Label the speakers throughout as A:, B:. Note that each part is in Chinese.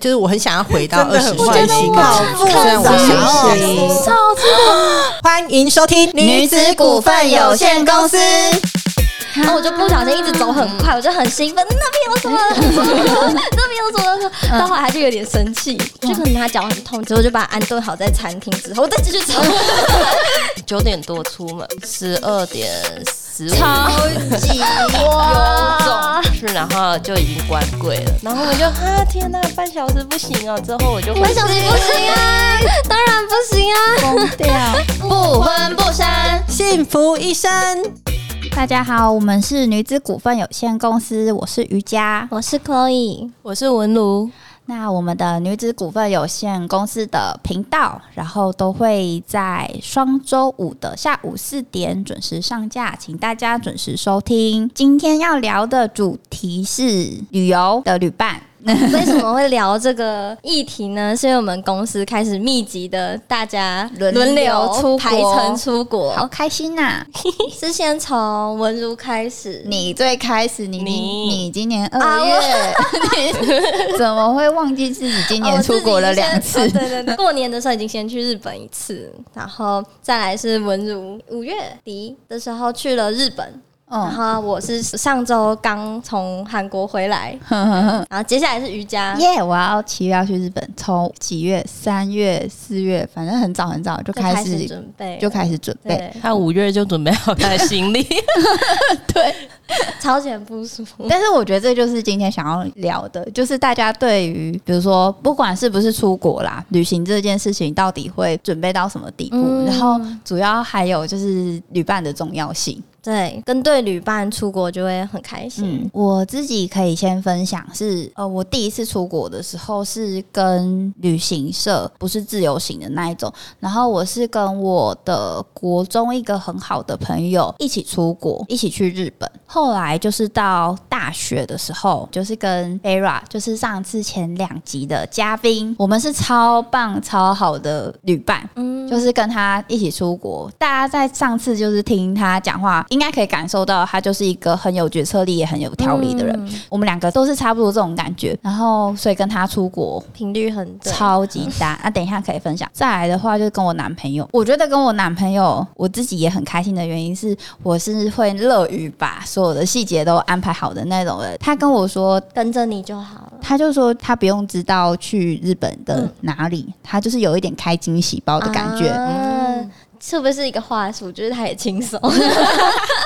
A: 就是我很想要回到
B: 真
A: 二
B: 的
A: 十
B: 很
A: 岁
B: 欢
A: 新
B: 欣
A: 高
B: 好
A: 峰，虽然我
C: 看
A: 想
C: 到
A: 要
C: 这
A: 学
C: 个
A: 习。
C: 照片
A: 欢迎收听
C: 女子股份有限公司
D: 然后我就不小心一直走很快，我就很兴奋，那边有什么？ 那边有 什么？到后来他就有点生气，就可能他脚很痛，之后就把他安顿好在餐厅之后，我再继续走。
E: 九点多出门，十二点十五
D: 超级哇！
E: 是，然后就已经关柜了。然后我就啊，天哪，半小时不行哦。之后我就回
D: 半小时不行啊，当然不行啊！
C: 疯掉。
D: 不婚不生，
A: 幸福一生。
C: 大家好，我们是女子股份有限公司，我是瑜伽。
D: 我是 Chloe，
E: 我是文如，
C: 那我们的女子股份有限公司的频道，然后都会在双周五的下午四点准时上架，请大家准时收听。今天要聊的主题是旅游的旅伴。
D: 为什么会聊这个议题呢？是因为我们公司开始密集的大家
C: 轮
D: 轮流
C: 流出国
D: 排程出
C: 好
D: 国，
C: 开心呐、
D: 是先从文如开始，
C: 你最开始你你
E: 你
C: 你今年
D: 啊
C: 二
D: 我
C: 月、 你怎么会忘记自己今
D: 哦
C: 年
D: 我
C: 出
D: 自己
C: 国了
D: 已经
C: 两
D: 先
C: 次
D: 哦？对对对，过年的时候已经先去日本一次，然后再来是文如五月底的时候去了日本，然
C: 嗯，
D: 后我是上周刚从韩国 回来，然后接下来是瑜伽。
C: 耶、我要七月要去日本，从几月？三月、四月，反正很早很早就
D: 就
C: 开
D: 始
C: 始
D: 准备了，
C: 就开始准备。
D: 对，
E: 他五月就准备好他的 行李，
D: 超前部署。
C: 但是我觉得这就是今天想要聊的，就是大家对于比如说不管是不是出国啦，旅行这件事情到底会准备到什么地步，
D: 嗯
C: 然后主要还有就是旅伴的重要性。
D: 对，跟对旅伴出国就会很开心。
C: 嗯，我自己可以先分享是，呃，我第一次出国的时候是跟旅行社，不是自由行的那一种。然后我是跟我的国中一个很好的朋友一起出国，一起去日本。后来就是到大学的时候，就是跟 Vera，就是上次前两集的嘉宾，我们是超棒、超好的旅伴。
D: 嗯，
C: 就是跟他一起出国。大家在上次就是听他讲话，应该可以感受到他就是一个很有决策力也很有条理的人。
D: 嗯
C: 我们两个都是差不多这种感觉，然后所以跟他出国。
D: 频率很对
C: 超级搭，那、等一下可以分享。再来的话就是跟我男朋友，我觉得跟我男朋友我自己也很开心的原因是，我是会乐于把所有的细节都安排好的那种人。他跟我说
D: 跟着你就好了。
C: 他就说他不用知道去日本的
D: 嗯
C: 哪里，他就是有一点开惊喜包的感觉。嗯
D: 啊是不是一个话术？就是他也轻松，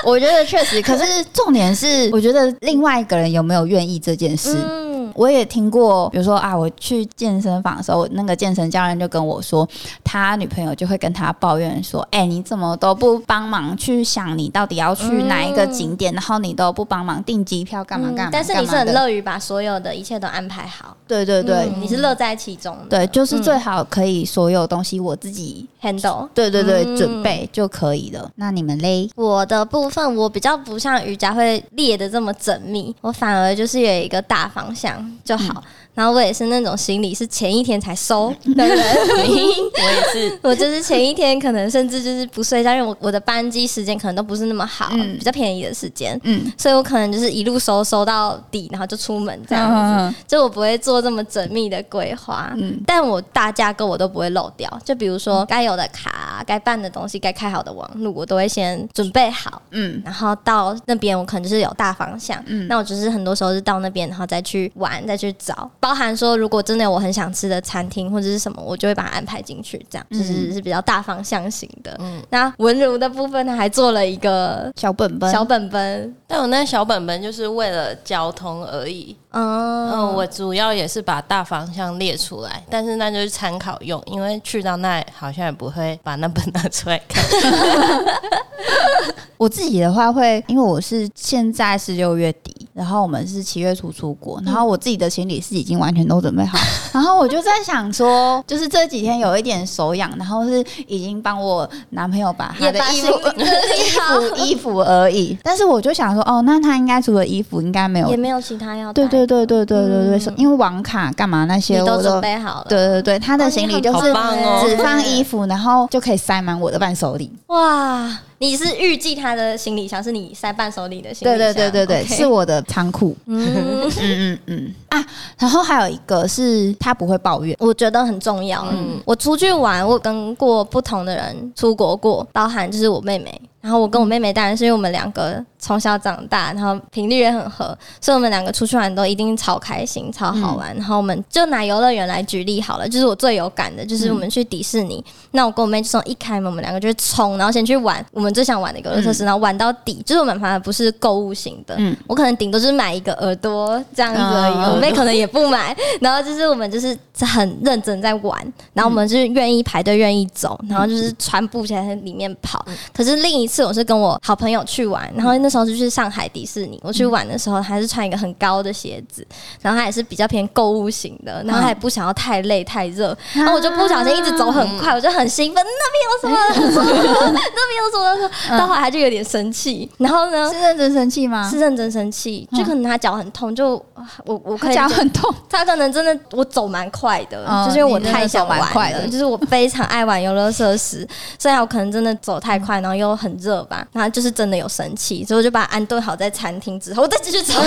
C: 我觉得确实， 可是重点是，我觉得另外一个人有没有愿意这件事。
D: 嗯，
C: 我也听过，比如说啊，我去健身房的时候，那个健身教练就跟我说，他女朋友就会跟他抱怨说：“哎、你怎么都不帮忙去想你到底要去哪一个景点，然后你都不帮忙订机票，干嘛
D: 嗯
C: 干嘛？”
D: 但是你
C: 干
D: 是
C: 嘛
D: 很
C: 的，
D: 乐于把所有的一切都安排好，
C: 对对对。
D: 嗯你是乐在其中的，
C: 对，就是
D: 嗯
C: 最好可以所有东西我自己，
D: handle。
C: 对对对，
D: 嗯
C: 准备就可以了。那你们嘞？
D: 我的部分我比较不像瑜伽会列的这么缜密，我反而就是有一个大方向就好。
C: 嗯
D: 然后我也是那种行李是前一天 才收的人，
E: 我也是。
D: 我就是前一天可能甚至就是不睡觉，因为我我的班机时间可能都不是那么好，
C: 嗯
D: 比较便宜的时间，
C: 嗯，
D: 所以我可能就是一路收收到底，然后就出门这样子。
C: 嗯
D: 就我不会做这么缜密的规划，
C: 嗯
D: 但我大架构我都不会漏掉。就比如说该有的卡、该办的东西、该开好的网路，我都会先准备好。
C: 嗯
D: 然后到那边，我可能就是有大方向。
C: 嗯
D: 那我就是很多时候是到那边，然后再去玩，再去找。包含说，如果真的有我很想吃的餐厅或者是什么，我就会把它安排进去，这样就
C: 嗯
D: 是是比较大方向型的。
E: 嗯
D: 那文儒的部分呢，还做了一个
C: 小本本，
D: 小本本。
E: 但我那小本本就是为了交通而已。
D: 嗯
E: 嗯，我主要也是把大方向列出来，但是那就是参考用，因为去到那好像也不会把那本拿出来看。
C: 我自己的话会，因为我是现在是六月底，然后我们是七月初出国，然后我自己的行李是已经完全都准备好，然后我就在想说，就是这几天有一点手痒，然后是已经帮我男朋友把他
D: 也
C: 的
D: 把
C: 衣
D: 行
C: 服。
D: 李整理好，
C: 衣服衣服而已，但是我就想说，哦，那他应该除了衣服应该没 有
D: 也，没有其他要带
C: 对对对对对对对，
D: 嗯
C: 因为网卡干嘛那些
D: 你
C: 我
D: 都
C: 都
D: 准，备好了，
C: 对对对，他的
D: 哦
C: 行李
D: 你
C: 就
D: 很
C: 是
E: 好棒哦
C: 只放衣服，然后就可以塞满我的伴手礼，
D: 哇，你是预计他的行李箱是你塞伴手礼的行
C: 对
D: 李
C: 对
D: 箱？
C: 对对对
D: OK
C: 是我的仓库。
D: 嗯，
C: 嗯嗯嗯啊，然后还有一个是他不会抱怨，
D: 我觉得很重要。嗯，我出去玩，我跟过不同的人出国过，包含就是我妹妹。然后我跟我妹妹当然是因为我们两个从小长大，然后频率也很合，所以我们两个出去玩都一定超开心、超好玩。
C: 嗯
D: 然后我们就拿游乐园来举例好了，就是我最有感的，就是
C: 嗯
D: 我们去迪士尼，那我跟我妹就从一开门，我们两个就会冲，然后先去玩我们最想玩的游乐设施，然后玩到底。就是我们反而不是购物型的，
C: 嗯
D: 我可能顶多就是买一个耳朵这样子而已，
C: 哦
D: 我妹可能也不买。 然后就是我们就是很认真在玩，然后我们就是愿意排队、愿意走，然后就是穿布鞋在里面跑。可是另一次我是跟我好朋友去玩，然后那时候就去上海迪士尼，我去玩的时候还是穿一个很高的鞋子，然后他也是比较偏购物型的，然后他也不想要太累太热，
C: 啊
D: 然后我就不小心一直走很快，我就很兴奋， 那边有
C: 哎
D: 什么？那边有什么？到后来他就有点生气，然后呢？
C: 嗯是认真生气吗？嗯
D: 是认真生气，就可能他脚很痛，就我我可以
C: 脚
D: 理解
C: 很 痛，
D: 他可能真的我走蛮快的，
C: 嗯
D: 就是因为我
C: 你真的
D: 太想玩
C: 走蛮快
D: 了，
C: 的
D: 就是我非常爱玩游乐设施，所以我可能真的走太快，然后又很热吧，然后就是真的有生气，所以我就把它安顿好在餐厅之后，我再继续走。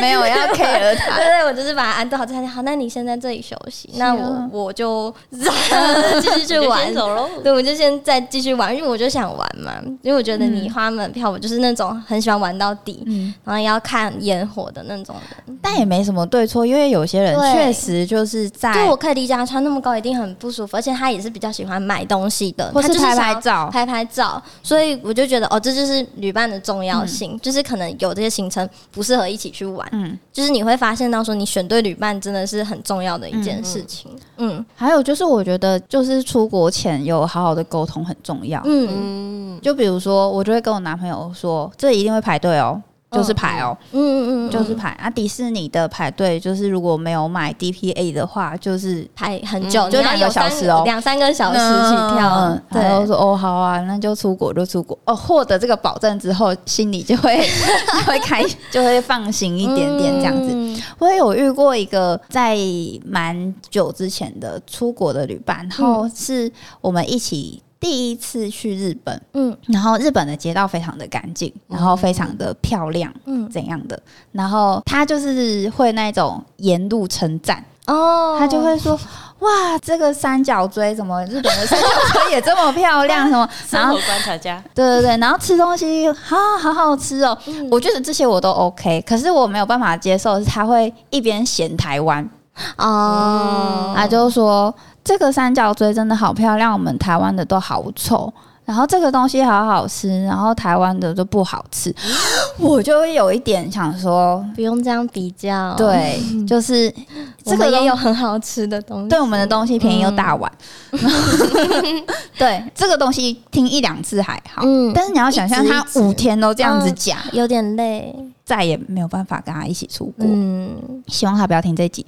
C: 没有要 care
D: 对
C: 他。
D: 对，我就是把它安顿好在餐厅。好，那你先在这里休息，那
C: 啊
D: 我我就 继续去
E: 就
D: 玩
E: 先。走喽。
D: 对，我就先再继续玩，因为我就想玩嘛，因为我觉得你花门票，我就是那种很喜欢玩到底，
C: 嗯，
D: 然后也要看烟火的那种人。
C: 但也没什么对错，因为有些人
D: 对
C: 确实就是
D: 对，
C: 在
D: 我可以理解他穿那么高一定很不舒服，而且他也是比较喜欢买东西的，
C: 或
D: 他
C: 是
D: 就是
C: 拍
D: 想要
C: 拍照
D: 拍拍照，所以我就觉得哦，这就是旅伴的重要性，就是可能有这些行程不适合一起去玩，
C: 嗯
D: 就是你会发现到说你选对旅伴真的是很重要的一
C: 嗯
D: 件事情，嗯
C: 还有就是，我觉得就是出国前有好好的沟通很重要。
D: 嗯
E: 嗯，
C: 就比如说，我就会跟我男朋友说，这一定会排队哦，就是排哦，
D: 嗯嗯嗯，
C: 就是排。啊，迪士尼的排队就是如果没有买 DPA 的话，就是
D: 排很久，
E: 嗯
D: 你
C: 就
D: 要
C: 两个
D: 有
C: 小
D: 三
C: 时哦
D: 两三个小时起跳
C: 嗯，，
D: 对，
C: 然后说哦好啊，那就出国就出国。哦，获得这个保证之后，心里就 会就会开就会放心一点点这样子。
D: 嗯
C: 我也有遇过一个在蛮久之前的出国的旅伴，然后是我们一起第一次去日本，
D: 嗯
C: 然后日本的街道非常的干净，然后非常的漂亮，
D: 嗯
C: 怎样的？然后他就是会那种沿路称赞，
D: 哦，
C: 他就会说：“哇，这个三角锥怎么日本的三角锥也这么漂亮？什么？然
E: 生
C: 后
E: 活观察家，
C: 对对对，然后吃东西好好好吃哦。我觉得这些我都 OK，可是我没有办法接受的是他会一边嫌台湾，
D: 哦，
C: 他就说这个三角锥真的好漂亮，我们台湾的都好丑。然后这个东西好好吃，然后台湾的都不好吃， 我就会有一点想说，
D: 不用这样比较，，
C: 对，就是
D: 这
C: 这
D: 个
C: 个
D: 也
C: 东
D: 有很好吃的东西，
C: 对我们的东西便宜又大碗。 对，这个东西听一两次还好，
D: 嗯
C: 但是你要想象
D: 一直嗯
C: 他
D: 一直
C: 五天都这样子讲，
D: 有点累，
C: 再也没有办法跟他一起出国。
D: 嗯，
C: 希望他不要听这一集。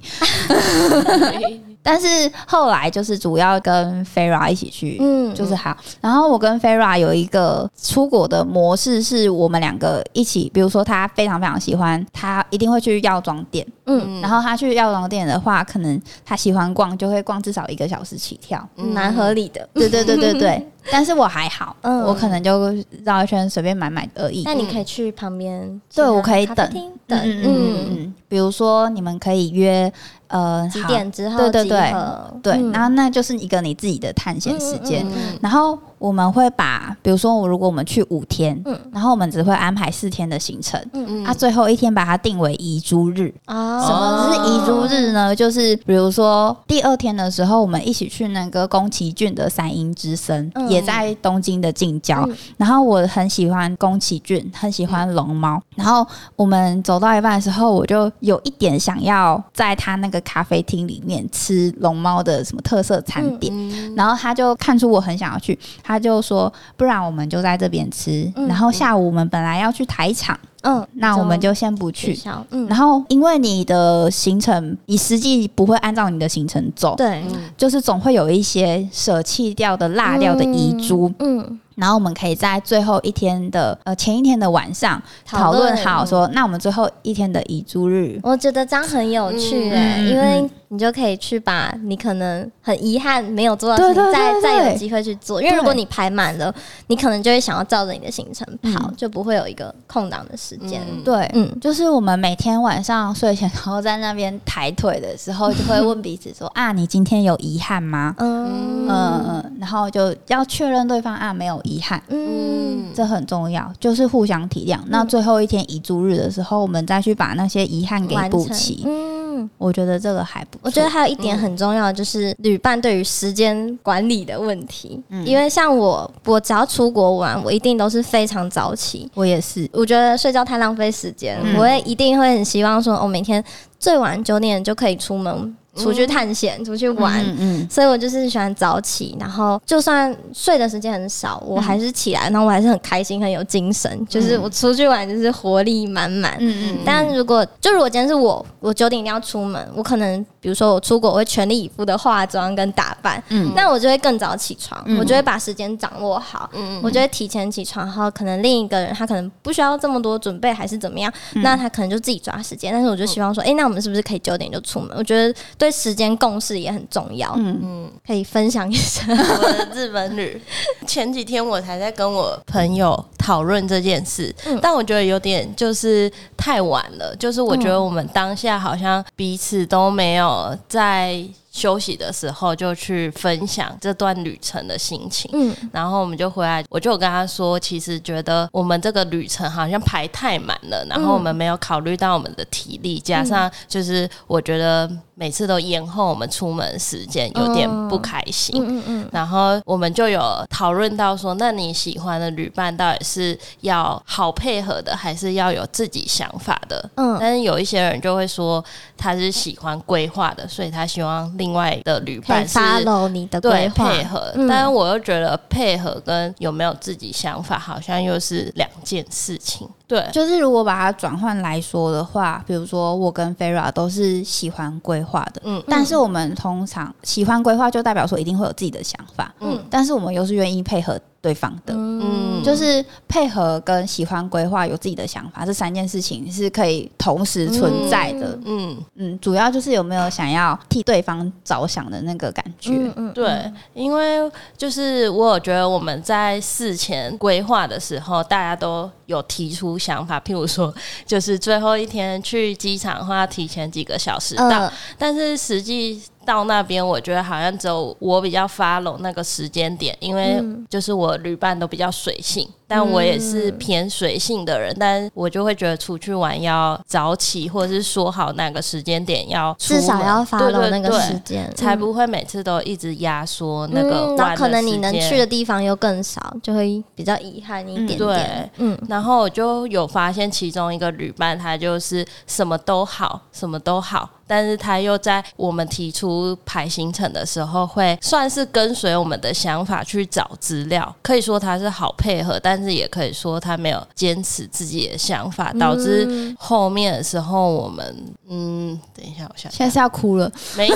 C: 嗯但是后来就是主要跟 Fera 一起去，
D: 嗯
C: 就是好。然后我跟 Fera 有一个出国的模式，是我们两个一起，比如说他非常非常喜欢，他一定会去药妆店，
D: 嗯
C: 然后他去药妆店的话，可能他喜欢逛，就会逛至少一个小时起跳。
D: 蛮合理的。
C: 对对对对对，但是我还好，
D: 嗯
C: 我可能就绕一圈随便买买而已。
D: 那你可以去旁边，
C: 对我可以
D: 咖啡
C: 等
D: 厅
C: 嗯
D: 等，
C: 嗯嗯
D: 嗯，
C: 嗯，比如说你们可以约呃
D: 几
C: 好
D: 点之后
C: 对对
D: 集
C: 对
D: 合
C: 对，
D: 嗯
C: 然后那就是一个你自己的探险时间。
D: 嗯嗯
C: 然后我们会把，比如说我如果我们去五天，
D: 嗯
C: 然后我们只会安排四天的行程，
E: 嗯
C: 啊，最后一天把它定为遗珠日。
D: 啊，
C: 什么是遗珠日呢？就是比如说第二天的时候，我们一起去那个宫崎骏的三鹰之森，
D: 嗯
C: 也在东京的近郊。
D: 嗯
C: 然后我很喜欢宫崎骏，很喜欢龙猫。然后我们走到一半的时候，我就有一点想要在他那个咖啡厅里面吃龙猫的什么特色餐点。
E: 嗯
C: 然后他就看出我很想要去，他就说：“不然我们就在这边吃。
D: 嗯
C: 然后下午我们本来要去台场，
D: 嗯，
C: 那我们就先不
D: 取
C: 去。
D: 消，嗯，
C: 然后因为你的行程，你实际不会按照你的行程走，
D: 对
E: 嗯
C: 就是总会有一些舍弃掉的落掉的遗珠。
D: 嗯，
C: 然后我们可以在最后一天的呃前一天的晚上讨
D: 讨论
C: 论好说，那我们最后一天的遗珠日，
D: 我觉得这样很有趣
E: 嗯
D: 哎、
C: 嗯
D: 因为你就可以去把你可能很遗憾没有做到
C: 对
D: 的事情，
C: 对
D: 再
C: 对
D: 再有
C: 对
D: 机会去做。因为
C: 对
D: 如果你排满了，你可能就会想要照着你的行程跑，
C: 嗯
D: 就不会有一个空档的时间。
E: 嗯
C: 对，
D: 嗯
C: 就是我们每天晚上睡前，然后在那边抬腿的时候，就会问彼此说啊，你今天有遗憾吗？
D: 嗯
C: 嗯嗯，嗯然后就要确认对方啊没有遗憾，
D: 嗯
C: 这很重要，就是互相体谅。那最后一天遗珠日的时候，我们再去把那些遗憾给
D: 完
C: 补
D: 成
C: 齐。
D: 嗯，
C: 我觉得这个还不错，
D: 我觉得还有一点
E: 嗯
D: 很重要，就是旅伴对于时间管理的问题。
C: 嗯
D: 因为像我，我只要出国玩，我一定都是非常早起。
C: 我也是，
D: 我觉得睡觉太浪费时间，
C: 嗯
D: 我也一定会很希望说，我、哦每天最晚九点就可以出门，出去探险，出去玩。
C: 嗯嗯
D: 所以我就是喜欢早起，然后就算睡的时间很少，我还是起来，然后我还是很开心，很有精神。就是我出去玩，就是活力满满。
C: 嗯嗯，
D: 但如果就如果今天是我，我九点一定要出门，我可能比如说我出国，我会全力以赴的化妆跟打扮，
C: 嗯
D: 那我就会更早起床，
C: 嗯
D: 我就会把时间掌握好，
E: 嗯
D: 我就会提前起床，然后可能另一个人他可能不需要这么多准备还是怎么样，那他可能就自己抓时间，但是我就希望说，哎、那我们是不是可以九点就出门？我觉得对时间共识也很重要，
C: 嗯
E: 嗯，
D: 可以分享一下。
E: 我的日本旅 前几天我才在跟我朋友讨论这件事，
D: 嗯
E: 但我觉得有点就是太晚了，就是我觉得我们当下好像彼此都没有在休息的时候就去分享这段旅程的心情。
D: 嗯
E: 然后我们就回来，我就有跟他说，其实觉得我们这个旅程好像排太满了，然后我们没有考虑到我们的体力，加
D: 嗯
E: 上就是我觉得每次都延后我们出门时间，有点不开心。
D: 嗯嗯嗯，
E: 然后我们就有讨论到说，那你喜欢的旅伴到底是要好配合的，还是要有自己想法的？
D: 嗯
E: 但是有一些人就会说他是喜欢规划的，所以他希望另外的旅
D: 可以
E: 伴是
D: follow 你的规
E: 对
D: 划，
E: 配合，
D: 嗯
E: 但是我又觉得配合跟有没有自己想法好像又是两件事情。对，
C: 就是如果把它转换来说的话，比如说我跟 Fera 都是喜欢规划的，
E: 嗯
C: 但是我们通常喜欢规划，就代表说一定会有自己的想法，
E: 嗯
C: 但是我们又是愿意配合对方的。
E: 嗯
C: 就是配合跟喜欢规划有自己的想法，这三件事情是可以同时存在的。
E: 嗯，
C: 嗯主要就是有没有想要替对方着想的那个感觉。
D: 嗯嗯，
E: 对，因为就是我有觉得我们在事前规划的时候，大家都有提出想法，譬如说，就是最后一天去机场的话，提前几个小时到，
D: 嗯
E: 但是实际到那边，我觉得好像只有我比较 follow 那个时间点，因为
D: 嗯
E: 就是我旅伴都比较随性，但我也是偏随性的人，但我就会觉得出去玩要早起，或者是说好那个时间点要出
D: 至
E: 门，
D: 少要 follow
E: 对对
D: 那个
E: 对
D: 时间，
E: 才
D: 嗯
E: 不会每次都一直压缩那个玩的时
D: 嗯
E: 间、
D: 那可能你能去的地方又更少，就会比较遗憾一点点。
E: 对，
D: 嗯
E: 然后我就有发现其中一个旅伴，他就是什么都好，什么都好，但是他又在我们提出排行程的时候，会算是跟随我们的想法去找资料。可以说他是好配合，但是也可以说他没有坚持自己的想法，导
D: 嗯
E: 致后面的时候我们嗯，等一下，我想
C: 现在是要哭了，
E: 没有，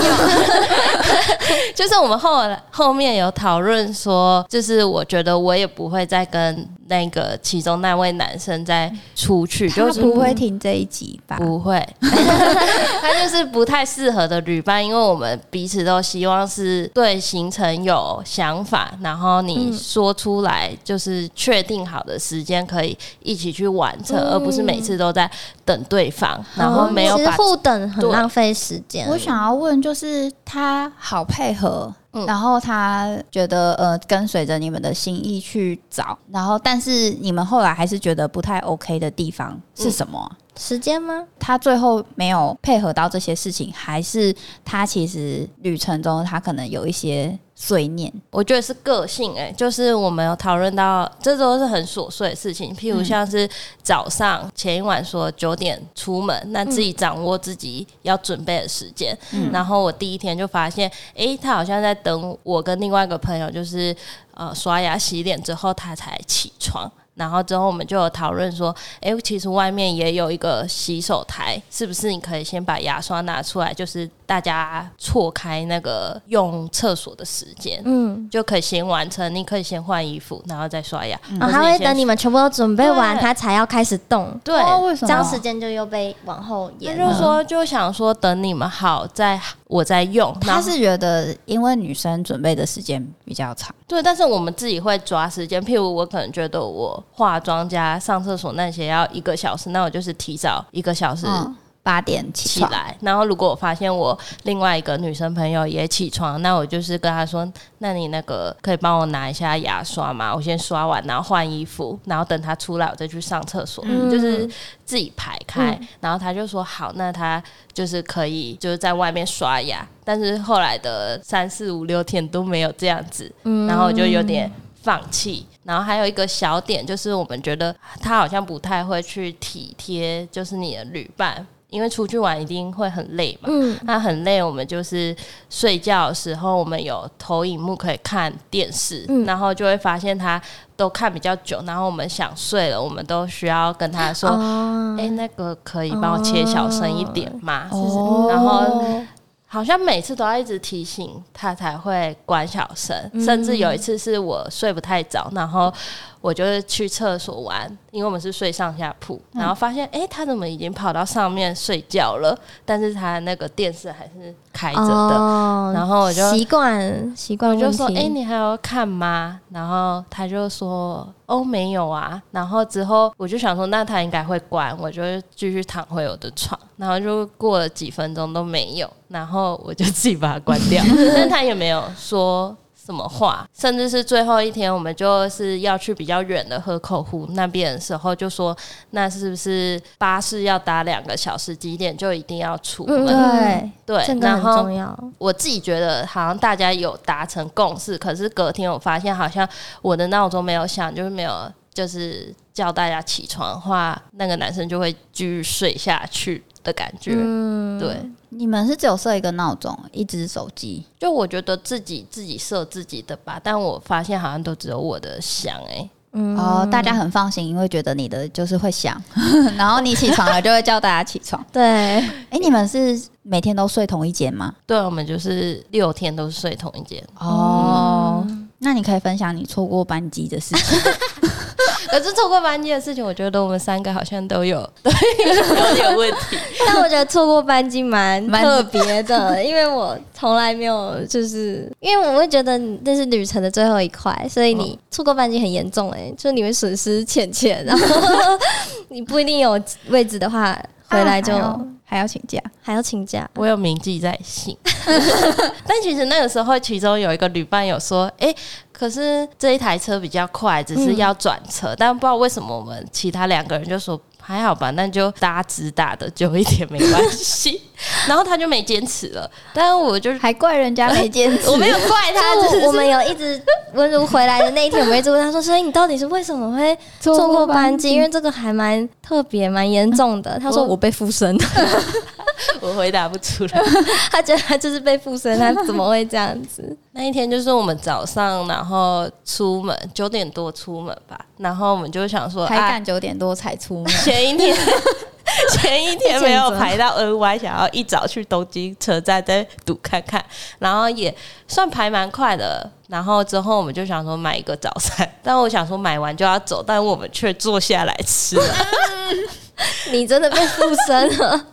E: 就是我们后来后面有讨论说，就是我觉得我也不会再跟那个其中那位男生再出去，
C: 他
E: 就是
C: 不会听这一集吧？
E: 不会， 他就是不太适合的旅伴，因为我们彼此都希望是对行程有想法，然后
D: 嗯
E: 你说出来就是确定好的时间可以一起去完成，
D: 嗯哦
E: 而不是每次都在等对方，然后没有
D: 其实
E: 把
D: 互等很
E: 对
D: 浪费时间。
C: 我想要问，就是他好配合，
E: 嗯
C: 然后他觉得呃跟随着你们的心意去找，然后但是你们后来还是觉得不太 OK 的地方是什么啊、
D: 时间吗？
C: 他最后没有配合到这些事情，还是他其实旅程中他可能有一些碎念，
E: 我觉得是个性哎、就是我们有讨论到，这都是很琐碎的事情，譬如像是早上前一晚说九点出门，那自己掌握自己要准备的时间。然后我第一天就发现，诶，他好像在等我跟另外一个朋友，就是呃刷牙洗脸之后他才起床。然后之后我们就有讨论说，欸诶，其实外面也有一个洗手台，是不是你可以先把牙刷拿出来，就是大家错开那个用厕所的时间。
D: 嗯，
E: 就可以先完成，你可以先换衣服，然后再刷牙。
C: 嗯
D: 哦，
E: 或是
D: 他会
E: 先
D: 等你们全部都准备完，
E: 对
D: 他才要开始动，
E: 对，嗯
C: 哦为什么？
D: 这样时间就又被往后
E: 他
D: 延
E: 就
D: 了。
E: 说就想说等你们好再我再用。然
C: 他
E: 后
C: 是觉得，因为女生准备的时间比较长，
E: 对，但是我们自己会抓时间，譬如我可能觉得我化妆加上厕所那些要一个小时，那我就是提早一个小时
C: 嗯，八点起
E: 起
C: 床，
E: 来。然后如果我发现我另外一个女生朋友也起床，那我就是跟她说：“那你那个可以帮我拿一下牙刷吗？我先刷完，然后换衣服，然后等她出来我再去上厕所。
D: 嗯
E: 就是自己排开。然后她就说：“好，那她就是可以就是在外面刷牙。”但是后来的三四五六天都没有这样子，
D: 嗯
E: 然后我就有点放弃。然后还有一个小点就是，我们觉得他好像不太会去体贴，就是你的旅伴，因为出去玩一定会很累嘛。
D: 嗯，
E: 那很累，我们就是睡觉的时候，我们有投影幕可以看电视，
D: 嗯
E: 然后就会发现他都看比较久，然后我们想睡了，我们都需要跟他说：“哎、
D: 哦
E: 那个可以帮我切小声一点吗？”
C: 嗯哦
E: 然后好像每次都要一直提醒他才会关小声，
C: 嗯
E: 甚至有一次是我睡不太着，然后我就是去厕所玩，因为我们是睡上下铺，
C: 嗯
E: 然后发现诶，他怎么已经跑到上面睡觉了？但是他那个电视还是开着的，
D: 哦
E: 然后我就
D: 习惯习惯
E: 我就
D: 问
E: 说：“哎、
D: 题，
E: 你还要看吗？”然后他就说：“哦，没有啊。”然后之后我就想说，那他应该会关，我就继续躺回我的床。然后就过了几分钟都没有，然后我就自己把它关 掉，但他也没有说。什么话，甚至是最后一天，我们就是要去比较远的河口湖那边的时候，就说那是不是巴士要搭两个小时，几点就一定要出门？
D: 嗯
E: 对，
D: 这个
E: 然
D: 很
E: 后
D: 重要。
E: 我自己觉得好像大家有达成共识，可是隔天我发现好像我的闹钟没有响，就是没有就是叫大家起床的话，那个男生就会继续睡下去的感觉。
D: 嗯，
E: 对，
C: 你们是只有设一个闹钟，一只手机，
E: 就我觉得自己自己设自己的吧，但我发现好像都只有我的响哎、欸
D: 嗯
C: 哦，大家很放心，因为觉得你的就是会响，然后你起床了就会叫大家起床。
D: 对，
C: 哎、你们是每天都睡同一间吗？
E: 对啊我们就是六天都是睡同一间，
C: 哦，那你可以分享你错过班机的事情。
E: 可是错过班级的事情，我觉得我们三个好像都有都有点问题。
D: 但我觉得错过班机蛮
C: 蛮
D: 特别的， 因为我从来没有就是，因为我会觉得那是旅程的最后一块，所以你错过班机很严重哎、就你会损失钱钱，然 后你不一定有位置的话，回来就
C: 还要还要请假，
D: 还要请假。
E: 我有铭记在心。 但其实那个时候，其中有一个旅伴有说：“哎、可是这一台车比较快，只是要转车。但不知道为什么我们其他两个人就说：“还好吧，那就搭直达的久一点没关系。”然后他就没坚持了。但是我就是
C: 还怪人家没坚持。
E: 我没有怪他，只
D: 哎但
E: 是
D: 是我们有一直文如回来的那一天，我们一直问他 说：“所以你到底是为什么会错过班机？因为这个还蛮特别、蛮严重的。”他说：“
E: 我
D: 我被附身。”
E: 我回答不出来。
D: 他觉得他就是被附身，他怎么会这样子？
E: 那一天就是我们早上，然后出门九点多出门吧，然后我们就想说，
C: 才
E: 哎，
C: 赶九点多才出门
E: 前一 天，前一天没有排到 NY，想要一早去东京车站再赌看看，然后也算排蛮快的。然后之后我们就想说买一个早餐，但我想说买完就要走，但我们却坐下来 吃了，
D: 你真的被附身了？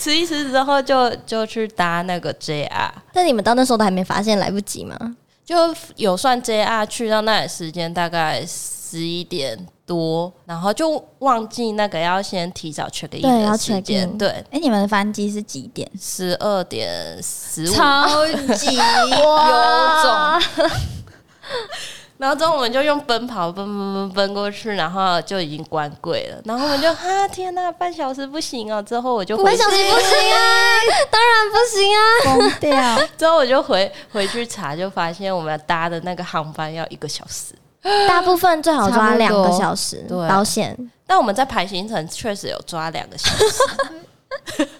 E: 吃一吃之后就就去搭那个 JR，
D: 但你们到那时候都还没发现来不及吗？
E: 就有算 JR 去到那里时间大概十一点多，然后就忘记那个要先提早 check in
D: 对要
E: 的时
D: check
E: 间，
D: in
E: 对，
C: 哎、你们的班机是几点？
E: 十二点十五
C: 超 级
E: 有种。然后之后我们就用奔跑奔奔奔奔过去，然后就已经关柜了。然后我们就啊天呐，半小时不行哦。之后我就回
D: 半小时不行啊，当然不行啊。
C: 疯掉！
E: 之后我就回回去查，就发现我们搭的那个航班要一个小时。
D: 大部分最好抓两个小时
E: 差不多
D: 保险。
E: 但我们在排行程确实有抓两个小时。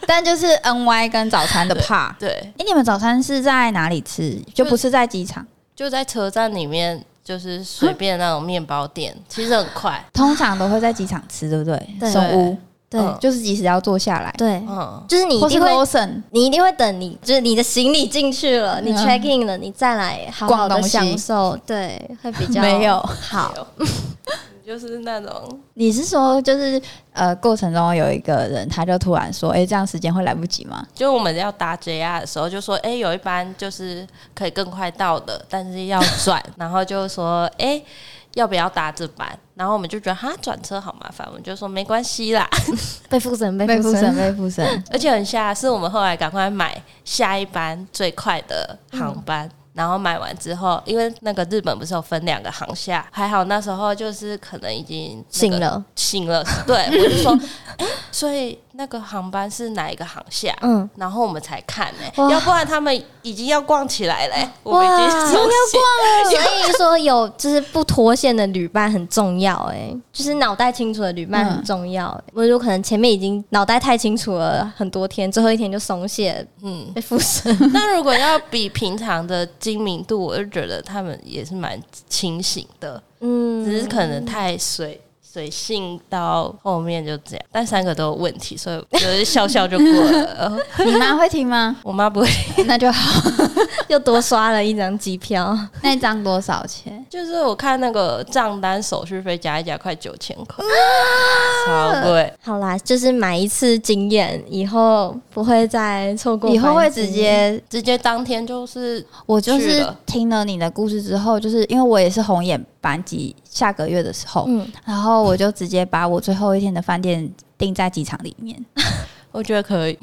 C: 但就是 N Y 跟早餐的怕。
E: 对，
C: 哎、你们早餐是在哪里吃？就不是在机场？
E: 就在车站里面，就是随便那种面包店，其实很快。
C: 通常都会在机场吃，对不对？
D: 对
C: 手屋
D: 对
E: 嗯
C: 就是即使要坐下来，
D: 对，
E: 嗯，
D: 就是你一
C: 或是
D: 定会
C: Lawson
D: 你一定会等你，就是你的行李进去了，你
C: 嗯
D: check in 了，你再来好好
C: 逛
D: 的
C: 东西
D: 享受，对，会比较
C: 没有
D: 好。
E: 就是那种
C: 你是说就是呃过程中有一个人他就突然说，哎、这样时间会来不及吗？
E: 就我们要搭 JR 的时候，就说哎、有一班就是可以更快到的，但是要转，然后就说哎、要不要搭这班？然后我们就觉得哈转车好麻烦，我们就说没关系啦，
D: 被附身，被
C: 被附
D: 附
C: 身，
D: 身，
C: 被附身，
E: 而且很吓，是我们后来赶快买下一班最快的航班。然后买完之后，因为那个日本不是有分两个航厦，还好那时候就是可能已经、那个
D: 醒了，
E: 醒了，对，我就说，哎、所以那个航班是哪一个航厦？
D: 嗯，
E: 然后我们才看呢、
D: 哇
E: 要不然他们已经要逛起来嘞、我们已经
D: 哇
E: 要逛，
D: 所以说有就是不脱线的旅伴很重要、哎，就是脑袋清楚的旅伴
C: 嗯
D: 很重要、欸我有可能前面已经脑袋太清楚了很多天，最后一天就松懈
E: 嗯。
D: 被附身，
E: 那如果要比平常的精明度，我就觉得他们也是蛮清醒的，
D: 嗯，
E: 只是可能太随随性到后面就这样。但三个都有问题，所以我就是笑笑就过了。
C: 你妈会听 吗？
E: 我妈不会，
C: 那就好。
D: 又多刷了一张机票，
C: 那一张多少钱？
E: 就是我看那个账单手续费加一加快九千块，
D: 啊
E: 超贵。
D: 好啦，就是买一次经验，以后不会再错过，
C: 以后会直。接，
E: 直接当天就是
C: 我就
E: 去
C: 是
E: 了
C: 听了你的故事之后，就是因为我也是红眼班级下个月的时候，
D: 嗯，
C: 然后我就直接把我最后一天的饭店定在机场里面，
E: 我觉得可以，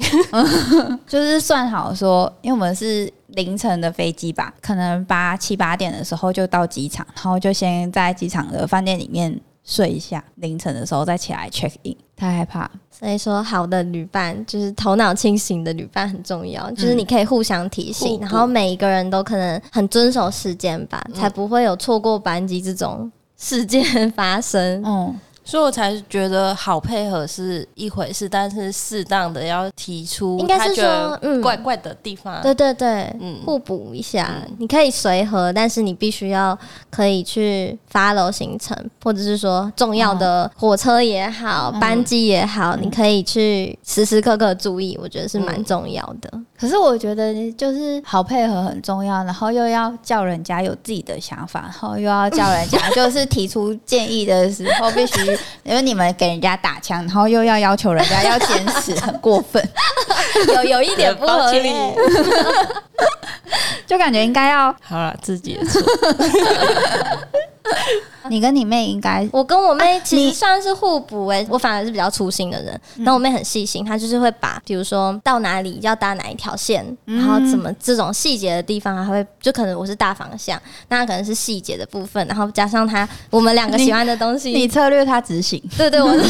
C: 就是算好说，因为我们是凌晨的飞机吧，可能八七八点的时候就到机场，然后就先在机场的饭店里面睡一下，凌晨的时候再起来 check in。太害怕，
D: 所以说好的旅伴就是头脑清醒的旅伴很重要，就是你可以互相提醒，
E: 嗯互补
D: 然后每一个人都可能很遵守时间吧，才不会有错过班机这种事件发生。
C: 嗯，
E: 所以我才觉得好配合是一回事，但是适当的要提出，
D: 应该是说，嗯，
E: 怪怪的地方。
D: 对对对，
E: 嗯
D: 互补一下，你可以随和，但是你必须要可以去 follow 行程，或者是说重要
E: 嗯
D: 的火车也好，班机也好，你可以去时时刻刻注意，我觉得是
E: 嗯
D: 蛮重要的。
C: 可是我觉得就是好配合很重要，然后又要叫人家有自己的想法，然后又要叫人家就是提出建议的时候必须，因为你们给人家打枪，然后又要要求人家要坚持，很过 分，
D: 有有一点不合理，
E: 抱
C: 就感觉应该要
E: 好了，自己的错。
C: 你跟你妹应该
D: 我跟我妹其
C: 啊你嗯
D: 实算是互补诶、我反而是比较粗心的人，然后我妹很细心，她就是会把，比如说到哪里要搭哪一条线，
C: 嗯
D: 然后怎么这种细节的地方，还会就可能我是大方向，那她可能是细节的部分，然后加上她我们两个喜欢的东西，
C: 你策略他执 行，
D: 对对，我是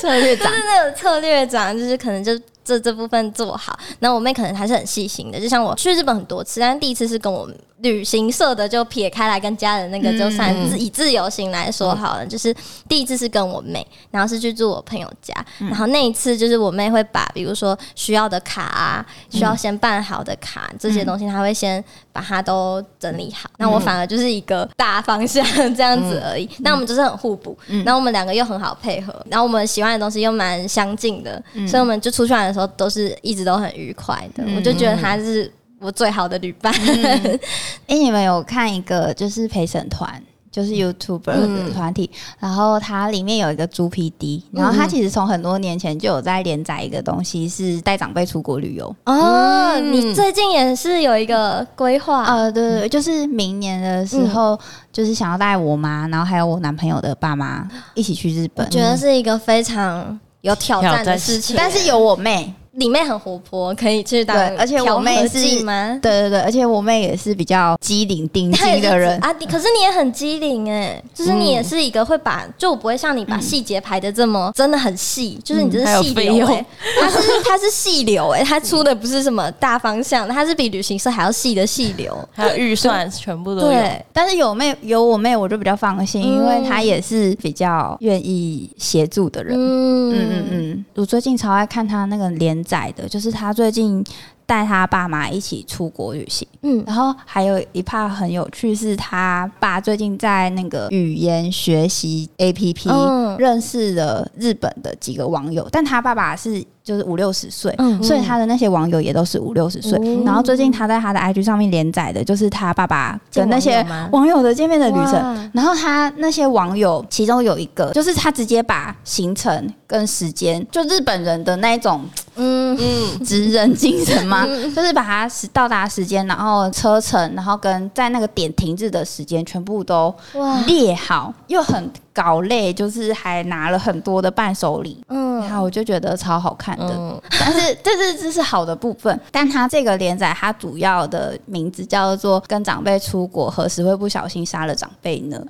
C: 策略 长
D: 就是那种策略长，就是可能就。这这部分做好，然后我妹可能还是很细心的。就像我去日本很多次，但是第一次是跟我旅行社的就撇开来跟家人那个，就算
E: 嗯
D: 自以自由行来说好了，就是第一次是跟我妹，然后是去住我朋友家，然后那一次就是我妹会把比如说需要的卡啊，需要先办好的卡、这些东西，她会先把它都整理好。那我反而就是一个大方向 这样子而已。那我们就是很互补，然后我们两个又很好配合，然后我们喜欢的东西又蛮相近的，所以我们就出去玩的时候都是一直都很愉快的。我就觉得她是我最好的旅伴。嗯
C: 哎、你们有看一个就是陪审团，就是
D: 嗯
C: YouTuber 的团体，然后它里面有一个猪 PD，然
D: 嗯
C: 后他其实从很多年前就有在连载一个东西，是带长辈出国旅游。
D: 哦，
E: 嗯
D: 你最近也是有一个规划，
C: 呃，对对对，就是明年的时候，
D: 嗯
C: 就是想要带我妈，然后还有我男朋友的爸妈一起去日
D: 我
C: 本，
D: 觉得是一个非常有嗯挑战
E: 挑
D: 的
E: 战
D: 事情。
C: 但是有我妹，
D: 里面很活泼，可以去当
C: 对而且我妹
D: 调和
C: 是
D: 剂吗？
C: 对对对，而且我妹也是比较机灵顶
D: 她也
C: 级
D: 是
C: 的 人，
D: 啊，你可是你也很机灵哎，就是你也是一个会把，就我不会像你把细节排的这么真的很细，就是你这
E: 还有
D: 是细
E: 费
D: 流
E: 用
D: 哎，它是它是细流哎，它出的不是什么大方向，它是比旅行社还要细的细流，
E: 还有预算，全部都有。
D: 对，
C: 但是有妹有我妹，我就比较放心，因为她也是比较愿意协助的人。嗯
D: 嗯
C: 嗯嗯，我最近超爱看她那个连载的，就是她最近带他爸妈一起出国旅行。
D: 嗯，
C: 然后还有一 part 很有趣，是他爸最近在那个语言学习 APP、
D: 嗯
C: 认识了日本的几个网友，但他爸爸是就是五六十岁，
D: 嗯
C: 所以他的那些网友也都是五六十岁。
D: 哦
C: 然后最近他在他的 IG 上面连载的就是他爸爸跟那些
D: 见网友吗
C: 网友的见面的旅
D: 哇
C: 程。然后他那些网友其中有一个，就是他直接把行程跟时间，就日本人的那一种
D: 嗯，
E: 嗯，
C: 职人精神吗？就是把它时到达时间，然后车程，然后跟在那个点停滞的时间全部都
D: 哇，
C: 列好，又很搞累，就是还拿了很多的伴手礼。然
D: 嗯，
C: 后我就觉得超好看的，
E: 嗯
C: 但 是这是这是好的部分，但它这个连载它主要的名字叫做《跟长辈出国何时会不小心杀了长辈 呢》。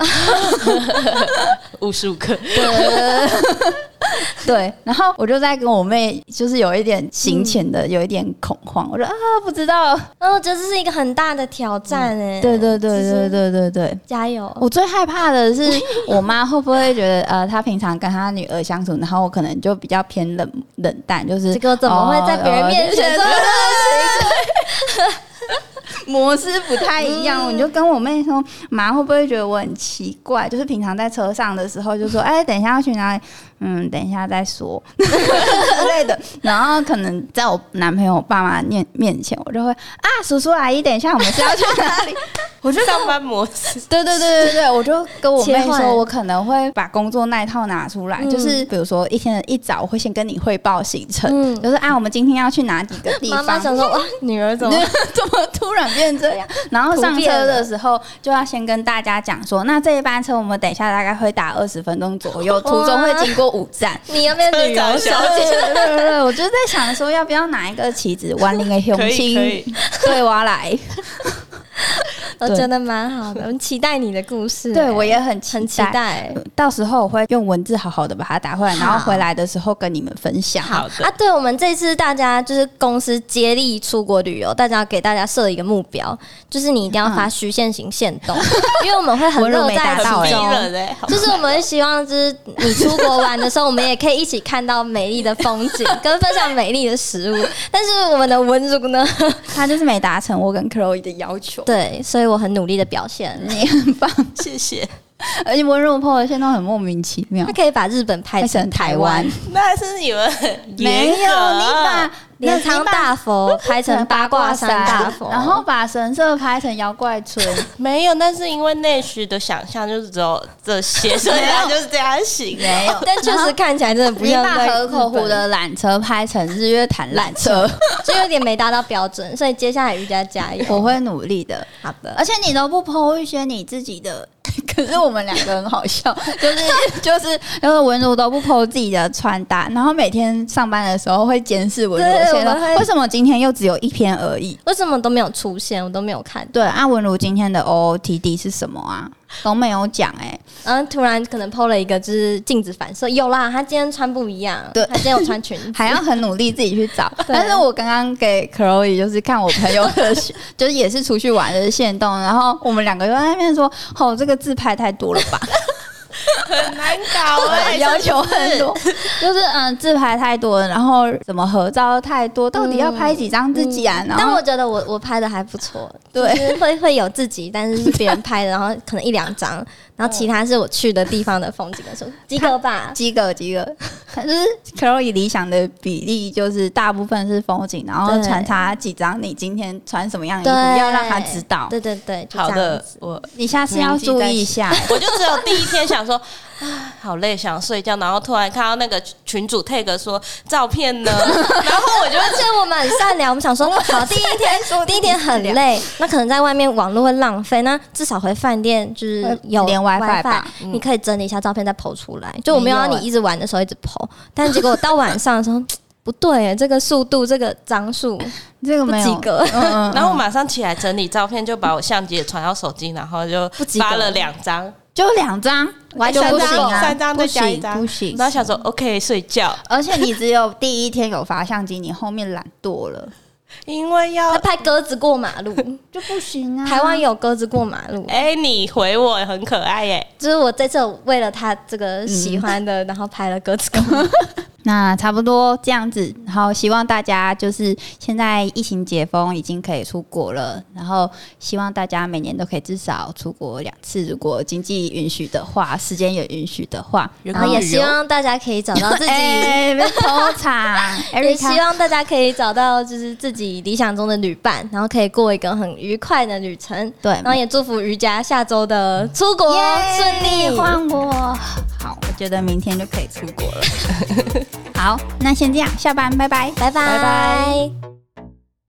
E: 五十五克，
C: 对，然后我就在跟我妹，就是有一点行前的，有一点恐慌，我说啊不知道，
D: 哦，这是一个很大的挑战哎，
C: 对对对
D: 其
C: 对
D: 实
C: 对对对。
D: 加油，
C: 我最害怕的 是，我妈会不会觉得，呃，她平常跟她女儿相处，然后我可能就比较偏冷冷淡，就是
D: 这个怎么会在别人面前
C: 哦呃模式不太一样？我就跟我妹说，妈会不会觉得我很奇怪？就是平常在车上的时候，就说，哎，等一下要去哪里？嗯，等一下再 说之类的。然后可能在我男朋友爸妈面面前，我就会啊，叔叔阿姨，等一下我们是要去哪里？我就
E: 上班模式，
C: 对对对对对，我就跟我妹
D: 切换
C: 说，我可能会把工作那一套拿出来，
D: 嗯
C: 就是比如说一天的一早，我会先跟你汇报行程，
D: 嗯
C: 就是啊，我们今天要去哪几个地
D: 妈
C: 方。
D: 妈想 说，哇，女儿怎么
C: 对？怎么突然变这 样？然后上车的时候就要先跟大家讲说，那这一班车我们等一下大概会打二十分钟左右，途中会经过五站。
D: 你要变女儿小
C: 对
D: 姐？
C: 对对对，我就在想说，要不要拿一个旗子，万宁的雄
E: 可以可
C: 心
E: 以，
C: 对我来。
D: 我觉得蛮好哦的，我们期待你的故事。欸
C: 对我也很
D: 很期待。
C: 到时候我会用文字好好的把它打回来，
D: 好
C: 然后回来的时候跟你们分享。
E: 好
D: 啊
E: 的，，
D: 对，我们这次大家就是公司接力出国旅游，大家给大家设一个目标，就是你一定要发虚线型限动，因为我们会很乐在
C: 温柔
E: 很
C: 没
E: 逼
D: 其
C: 达
D: 中。
E: 人哎，好
D: 就是我们会希望，就是你出国玩的时候，我们也可以一起看到美丽的风景，跟分享美丽的食物。但是我们的文如呢？
C: 他就是没达成我跟 Chloe 的要 求，
D: 对，所以我很努力的表现。
C: 你很棒。
E: 谢谢，
C: 而且温柔破的线都很莫名其妙
D: 他，可以把日本拍
C: 拍成
D: 成
C: 台
D: 台
C: 湾啊
D: 湾，
E: 那是你们啊
C: 没有你把
D: 镰仓大佛拍成八卦山大佛，
C: 然后把神社拍成妖怪 村，
E: 没有，那是因为内需的想象就是只有这些，所以他就是这样醒
C: 没有。
D: 但确实看起来真的不
C: 你
D: 像
C: 把
D: 在
C: 河口
D: 日本
C: 湖的缆车拍成日月潭缆车，
D: 就有点没达到标准，所以接下来瑜伽加油。
C: 我会努力的。
D: 好的，
C: 而且你都不剖一些你自己的，可是我们两个很好笑，就是 就是就是文如都不剖自己的穿搭，然后每天上班的时候会监视文如的
D: 对
C: 线
D: 我
C: 动，
D: 们会
C: 为什么今天又只有一篇而已？
D: 为什么都没有出现，我都没有看。
C: 对，啊，文如今天的 OOTD 是什么啊？都没有讲哎、
D: 然后突然可能 PO 了一个就是镜子反射，有啦，他今天穿不一样，
C: 对
D: 他今天有穿裙 子，
C: 还要很努力自己去 找。但是我刚刚给 Chloe 就是看我朋友的， 就是也是出去玩的线动，然后我们两个就在那边说：“哦，这个字拍太多了吧。”
E: 很难 搞哎，
C: 要求很 多，就是嗯，自拍太多了，然后怎么合照太多，到底要拍几张自己啊？然
D: 但
C: 后
D: 我觉得我我拍的还不错，
C: 对
D: 就是会会有自己，但是是别人拍的，然后可能一两张，然后其他是我去的地方的风景的时候，及格 吧。
C: 几个几 个，可是 Chloe 理想的比例就是大部分是风景，然后
D: 对
C: 穿插几张你今天穿什么样的
D: 对，
C: 衣服，要让他知道。
D: 对对对，就
E: 好
D: 这样
E: 的
D: 子，，
E: 我
C: 你下次要注意一 下，
E: 我就只有第一天想说，啊，好累，想睡觉，然后突然看到那个群主 tag 说照片呢，然后我就
D: 而且我们很善良，我们想 说，好，第一天第一天很累，那可能在外面网络会浪费，那至少回饭店就是有
C: 连 WiFi 吧嗯
D: 你可以整理一下照片再剖出来。就我没有让
C: 没有
D: 你
C: 欸
D: 一直玩的时候一直剖，但结果到晚上的 时候不对耶，这个速度这个张数
C: 这个
D: 不
C: 没有
D: 及。格。
C: 嗯 嗯
E: 然后我马上起来整理照片，就把我相机也传到手机，然后就
D: 不及格
E: 发了两张，
C: 就两张，完全
E: 三
C: 不
E: 张
C: 行啊，
E: 三张
C: 不
E: 再加一
C: 行
E: 张
C: 不行
E: 然。后想说 OK 睡觉，
C: 而且你只有第一天有发相机，你后面懒惰了
E: 因为要
D: 他拍鸽子过马路，
C: 就不行啊。
D: 台湾有鸽子过马路，
E: 哎、你回我很可爱耶、
C: 嗯
D: 就是我这次有为了他这个喜欢的，然后拍了鸽子过马路。
C: 那差不多这样子，然后希望大家就是现在疫情解封，已经可以出国了，然后希望大家每年都可以至少出国两次，如果经济允许的话，时间也允许的话，
A: 员
D: 然后
A: 工
D: 也
A: 旅
D: 希
A: 游
D: 望大家可以找到自 己。
C: 哎，别偷 场
D: 也希
C: ，Erica，
D: 望大家可以找到就是自己理想中的旅伴，然后可以过一个很愉快的旅程。
C: 对
D: 然后也祝福瑜伽下周的出国顺利。
C: 换我。好，我觉得明天就 可以出国了。好，那先这样，下班，拜拜。
D: 拜拜。